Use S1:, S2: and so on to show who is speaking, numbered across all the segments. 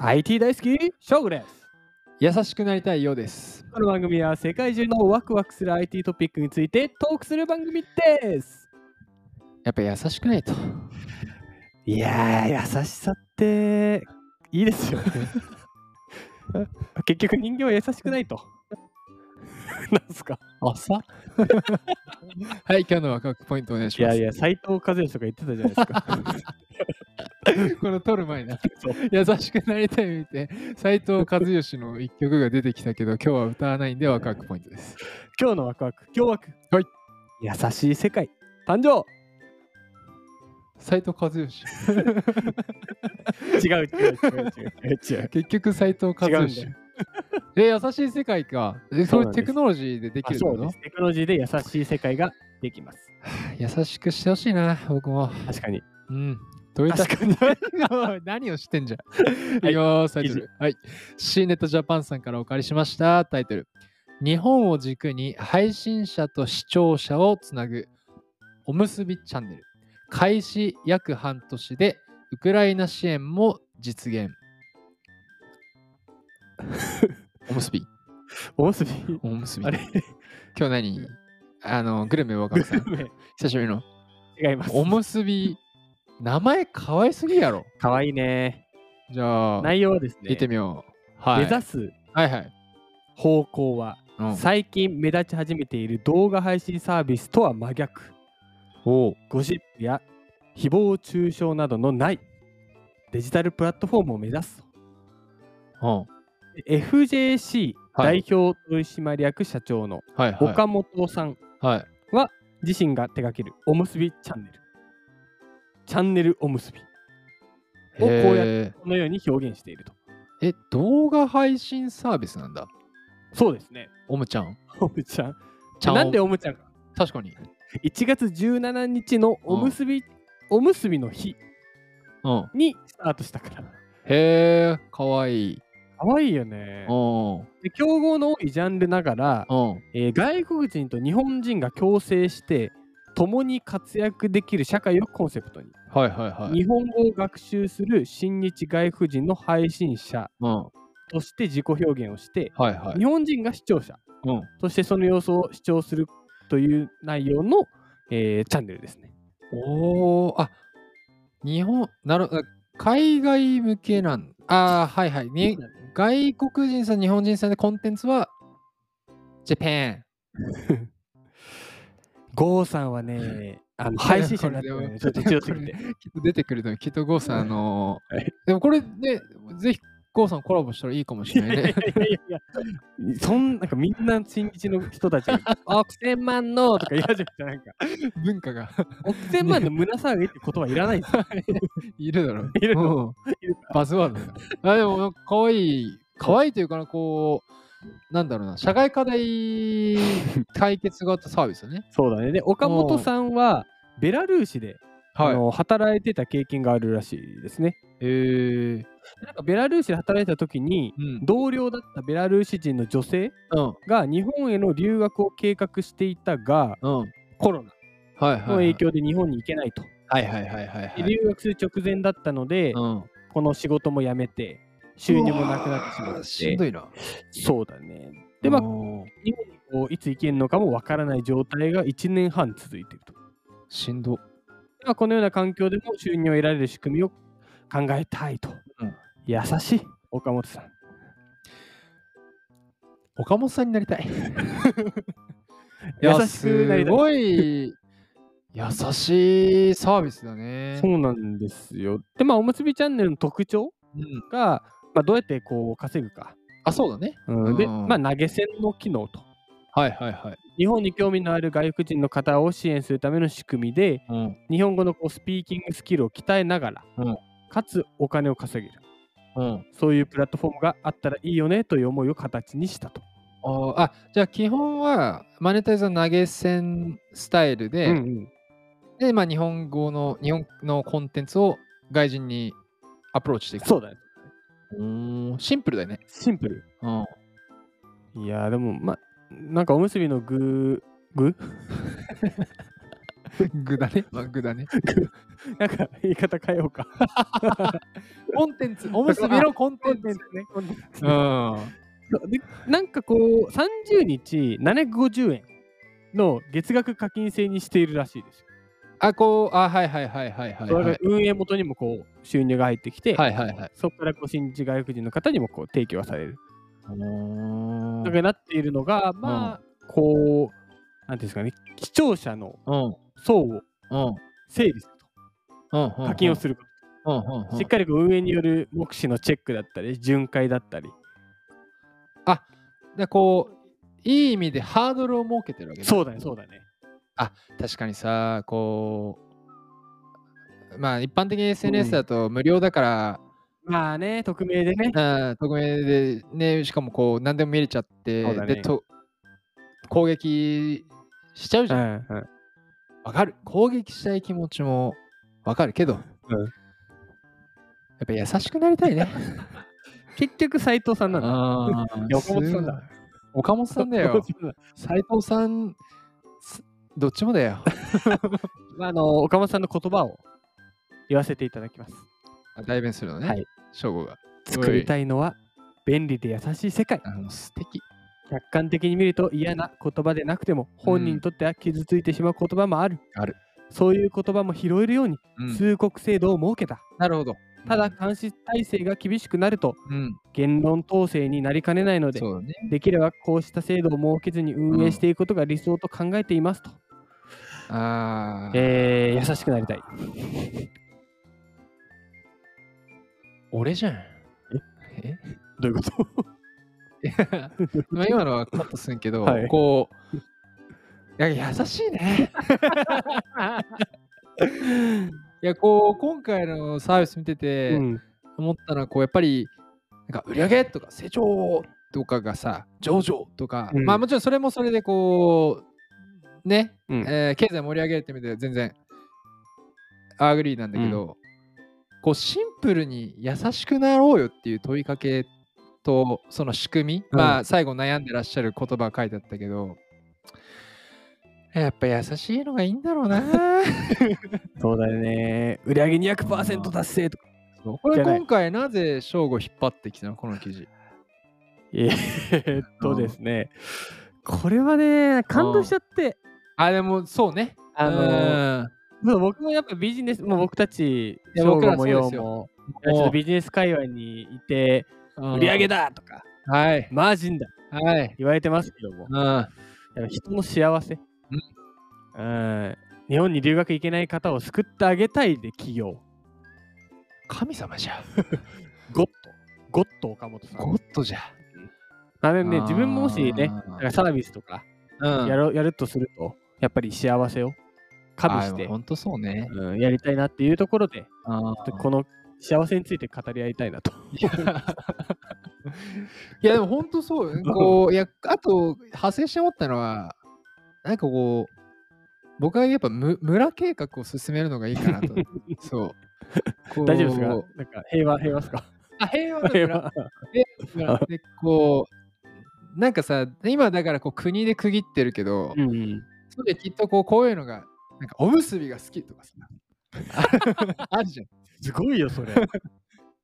S1: IT 大好きショーグです
S2: 優しくなりたいようです。
S1: この番組は世界中のワクワクする IT トピックについてトークする番組です
S2: やっぱ優しくないと。
S1: いやー優しさっていい ですよね結局人間は優しくないとなんすか
S2: 朝はい、今日のワクワクポイントお願いし
S1: い
S2: ま
S1: や
S2: す。
S1: いや斎藤和義とか言ってたじゃないですか
S2: この撮る前な
S1: そう。
S2: 優しくなりたい見て、斎藤和義の一曲が出てきたけど、今日は歌わないんでワクワクポイントです。
S1: 今日のワクワク今日ワク
S2: はい
S1: 優しい世界誕生
S2: 斎藤和義。
S1: 違う違う違う違う 違う違う
S2: 結局斎藤和
S1: 違
S2: 義
S1: うん。
S2: え、優しい世界か。え
S1: そ
S2: そうう
S1: ないん
S2: う
S1: です
S2: テクノロジーででき
S1: あ
S2: る
S1: そうで
S2: の
S1: すテクノロジーで優しい世界ができます
S2: 優しくしてほしいな、僕も。
S1: 確かに
S2: うん。どういった
S1: 確かに
S2: おい 何をしてんじゃん。
S1: はい
S2: いきます、タイトル。はい。C ネットジャパンさんからお借りしました。タイトル。日本を軸に配信者と視聴者をつなぐおむすびチャンネル。開始約半年でウクライナ支援も実現。 おむすび。
S1: おむすび
S2: おむすび。
S1: あれ
S2: 今日何あの、グルメ若くさん。 久しぶりの。
S1: 違います。
S2: おむすび。名前かわいすぎやろ。
S1: かわいいね。
S2: じゃあ。
S1: 内容はですね、
S2: 見てみよう。はい。
S1: 目指す
S2: はいはい。
S1: 方向は、
S2: うん、
S1: 最近目立ち始めている動画配信サービスとは真逆。
S2: お
S1: ゴシップや誹謗中傷などのないデジタルプラットフォームを目指す。
S2: お。
S1: で FJC
S2: はい
S1: 代表取締役社長の
S2: はいはい。
S1: 岡本さん
S2: はい。
S1: 自身が手掛けるおむすびチャンネル。チャンネルおむすび。をこうやって
S2: へー
S1: このように表現していると。
S2: え、動画配信サービスなんだ。
S1: そうですね。
S2: おむちゃん。
S1: おむちゃん。
S2: ちゃんを
S1: なんでおむちゃんか
S2: 確かに。
S1: 1月17日のおむすび、おむすびの日
S2: うん。
S1: にスタートしたから。
S2: へえ、かわいい。
S1: かわいいよね
S2: う。ん。うん。
S1: で競合の多いジャンルながら、えー外国人と日本人が共生して、共に活躍できる社会をコンセプトに、
S2: はいはいはい。
S1: 日本語を学習する新日外国人の配信者
S2: うん。
S1: として自己表現をして、
S2: はいはい。
S1: 日本人が視聴者
S2: うん。
S1: としてその様子を視聴するという内容の、えーチャンネルですね。
S2: おお。あ、日本、なる海外向けなんああ、はいはい。に外国人さん、日本人さんでコンテンツは、ジャパン。
S1: ゴーさんはね、あ の配信者になってるのねちょっと強すぎて。
S2: きっと出てくると思うきっとゴーさん、あのー
S1: はい
S2: でもこれね、ぜひゴーさんコラボしたらいいかもしれないね。
S1: いやいやいやそんなんかみんな新日の人たち が「億千万の」とか言い始めてなんか
S2: 文化が
S1: 億千万の胸騒ぎって言葉いらないですよ
S2: いるだろう。
S1: いる
S2: うんバズワードだ。あでも、かわいい、かわいいというかな、こう、なんだろうな、社会課題解決型サービスだね。
S1: そうだねで岡本さんはベラルーシで、あ
S2: い。
S1: の働いてた経験があるらしいですね
S2: えー、
S1: なんかベラルーシで働いてた時に
S2: うん。
S1: 同僚だったベラルーシ人の女性
S2: うん。
S1: が日本への留学を計画していたが
S2: うん。
S1: コロナ
S2: はいはい、はい。
S1: の影。響で日本に行けないと、
S2: はいはいはいはい、は
S1: で
S2: い。
S1: 留学する直前だったので、
S2: うん。
S1: この仕事も辞めて収入もなくなってし
S2: う
S1: ま
S2: わ
S1: っ
S2: ーしん
S1: て
S2: どいな。
S1: そうだねでまあ
S2: おー
S1: 日本にこういつ行けるのかもわからない状態が1年半続いていると。
S2: しんど。
S1: まあ、このような環境でも収入を得られる仕組みを考えたいと。
S2: うん
S1: 優しい岡本さん。
S2: 岡本さんになりたい。いや
S1: 優しくなりた
S2: す
S1: い。
S2: ごい優しいサービスだね。
S1: そうなんですよ。で、まあ、おむすびチャンネルの特徴
S2: うん
S1: が、まあ、どうやってこう稼ぐか。
S2: あ、そうだね。
S1: うんで、
S2: うん
S1: まあ、投げ銭の機能と。
S2: はいはいはい。
S1: 日本に興味のある外国人の方を支援するための仕組みで、
S2: うん、
S1: 日本語のこうスピーキングスキルを鍛えながら、
S2: うん
S1: かつお金を稼げる
S2: うん、
S1: そういうプラットフォームがあったらいいよねという思いを形にしたと。
S2: ああ、じゃあ基本はマネタイズの投げ銭スタイルで、
S1: うんうん
S2: で、まあ、日本語の日本のコンテンツを外人にアプローチしていく。
S1: そうだね。
S2: うーんシンプルだよね。
S1: シンプル。
S2: うん、
S1: いやーでもまあなんかおむすびの具具
S2: 具だね。まあ、具だね。
S1: なんか言い方変えようか。
S2: コンテンツ、おむすびのコンテ
S1: コ
S2: ン
S1: ンテン
S2: ツ
S1: ツ。ね。コンテンツ
S2: うん。は
S1: そうでなんかこう30日750円の月額課金制にしているらしいですよ。
S2: あ、こう、あ、はいはいはいはいはい。はい
S1: それが運営元にもこう収入が入ってきて、
S2: はいはいはい。
S1: そこからこう新時外国人の方にもこう提供はされる。
S2: あの
S1: な
S2: ー
S1: んかなっているのがまあこうなんていうんですかね視聴者の
S2: うん。
S1: 層を
S2: うん。
S1: 整理する
S2: うん
S1: と課金をするこ
S2: うんうんう
S1: と
S2: ん
S1: しっかりこう運営による目視のチェックだったり巡回だったり
S2: でこういい意味でハードルを設けてるわけ
S1: そうだねそう
S2: だ
S1: だね
S2: 確かにさこうまあ一般的に
S1: う
S2: SNS
S1: ん
S2: だと無料だから、
S1: まあね匿名でね
S2: うん、匿名でねしかもこう何でも見れちゃって、
S1: そうだね
S2: でと攻撃しちゃうじ
S1: う
S2: ゃんわ、
S1: んうん
S2: かる攻撃したい気持ちもわかるけど、
S1: うん
S2: やっぱ優しくなりたいね
S1: 結局斎藤さんなんだ
S2: あ ー
S1: 岡本さんだ
S2: すごい岡本さんだ
S1: 岡
S2: よ
S1: 本さんだ
S2: 斉藤さんすどっちもだよ
S1: まあ、あの岡本さんの言葉を言わせていただきます。
S2: あ代弁するのね。
S1: はい。
S2: 省吾が。
S1: 作りたいのは便利で優しい世界。
S2: あの素敵。
S1: 客観的に見ると嫌な言葉でなくても本人にとっては傷ついてしまう言葉もある。
S2: ある
S1: そういう言葉も拾えるように
S2: うん、
S1: 通告制度を設けた。
S2: なるほど。
S1: ただ、監視体制が厳しくなると
S2: うん、
S1: 言論統制になりかねないので、
S2: そうだね。
S1: できればこうした制度を設けずに運営していくことが理想と考えていますと。
S2: ああ、
S1: えー優しくなりたい。
S2: 俺じゃん。え
S1: どういうこと
S2: まあ 今 のはカットするけど、
S1: はい
S2: こう、いや、優しいね。いや、こう、今回のサービス見てて、
S1: うん
S2: 思ったのは、こう、やっぱり、なんか、売り上げとか、成長とかがさ、上場とか、
S1: うん
S2: まあ、もちろんそれもそれで、こう、ね、
S1: うん
S2: えー経済盛り上げるって意味では全然アグリーなんだけど、こうシンプルに優しくなろうよっていう問いかけとその仕組み、
S1: うん
S2: まあ最後悩んでらっしゃる言葉書いてあったけどやっぱ優しいのがいいんだろうな
S1: そうだよね。売上200%達成とか。
S2: そうこれ今回なぜ省吾引っ張ってきたのこの記事
S1: えーっとですね。これはね、感動しちゃって。
S2: あでもそうね
S1: あのー
S2: ー
S1: そう僕もやっぱビジネス、もう僕たち、
S2: いや
S1: 翔
S2: 僕ら
S1: 吾も
S2: そうですよ
S1: ようも、ちょっとビジネス界隈にいて、
S2: うん
S1: 売上だとか、
S2: はい
S1: マージンだ
S2: はい
S1: 言われてますけども、
S2: うん
S1: やっぱ人の幸せ。うん日本に留学行けない方を救ってあげたいで企業。
S2: 神様じゃ
S1: ゴッド。ゴッド岡本さん。
S2: ゴッドじゃ
S1: あのね、自分ももしね、なんかサービスとか、
S2: うん
S1: やろやるとすると、やっぱり幸せを加味し
S2: あで
S1: て
S2: も、本当そうね。
S1: うん、やりたいなっていうところで、ち
S2: あ
S1: ょっと
S2: ー
S1: この幸せについて語り合いたいなと。
S2: いやいやでも本当そう よね。こういやあと派生して思ったのはなんかこう僕はやっぱむ村計画を進めるのがいいか なと。そう。こう
S1: 大丈夫ですかなんか平和、平和ですか
S2: あ平和な
S1: 平
S2: 村
S1: 和。
S2: 村でこうなんかさ今だからこう国で区切ってるけど、
S1: うん。
S2: それできっとこうこういうのがなんかおむすびが好き とかさあるじゃん。
S1: すごいよ、 それ。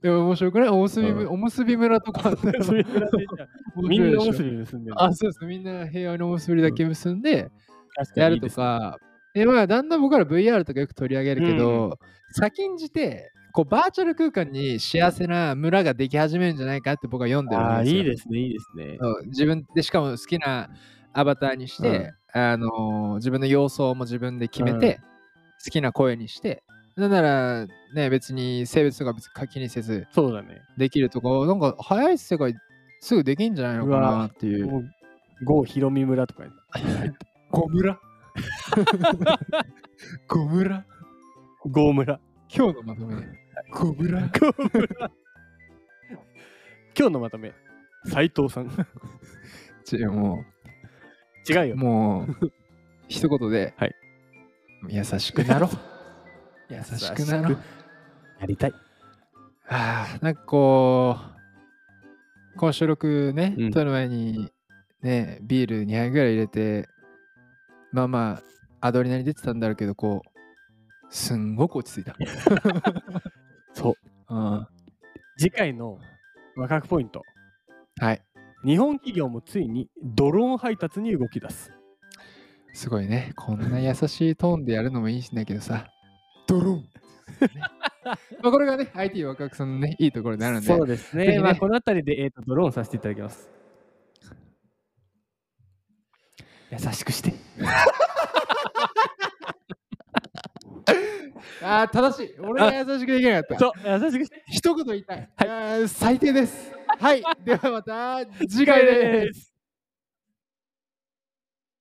S2: でも面白くないおむすびむ、
S1: うん
S2: おむすび村とかあったら
S1: それぐらいでじゃあみんなおむすび結んでる。
S2: あ、そうです。みんな平和のおむすびだけ結んで
S1: 確
S2: や
S1: かにい
S2: る
S1: い
S2: と
S1: です
S2: か、でまあ、だんだん僕ら VR とかよく取り上げるけど、先んじて、こうバーチャル空間に幸せな村ができ始めるんじゃないかって僕は読んでる
S1: あ
S2: ん
S1: あ、
S2: です
S1: い
S2: よ。
S1: いですね、いいですね。
S2: そう自分でしかも好きなアバターにして、あのー自分の様相も自分で決めて、好きな声にして、なんなら、ね、別に性別とか別に気にせず、
S1: そうだね。
S2: できるとか、なんか早い世界すぐできんじゃないのか
S1: う
S2: な
S1: わ
S2: っていう。
S1: もう郷ひろみ村とかに。
S2: ゴム ラゴムラ
S1: 郷村。
S2: 今日のまとめ。ゴムラ
S1: 今日のまとめ、斎藤さん。
S2: 違う、も
S1: 違う
S2: う、
S1: よ。
S2: もう、一言で、
S1: はい
S2: 優しくなろう。 優しくなろう。
S1: やりたい。
S2: あーなんかこう、この収録ね、
S1: うん
S2: 撮る前に、ね、ビール2杯ぐらい入れて、まあまあ、アドレナリン出てたんだろうけどこうすんごく落ち着いた、
S1: そう。
S2: うん、
S1: 次回のワクワクポイント。
S2: はい
S1: 日本企業もついにドローン配達に動き出す。
S2: すごいねこんな優しいトーンでやるのもいいんだけどさドローン、ねまあこれがね IT ワクワクさんのねいいところになるんで
S1: そうですね。
S2: ぜひね
S1: まあ、この辺りで、えー、とドローンさせていただきます。優しくして。
S2: ああ正しい俺が優しくできなかった
S1: そう、優しくして。
S2: 一言言いたい、
S1: はい
S2: あー最低ですはいではまた次回です
S1: す。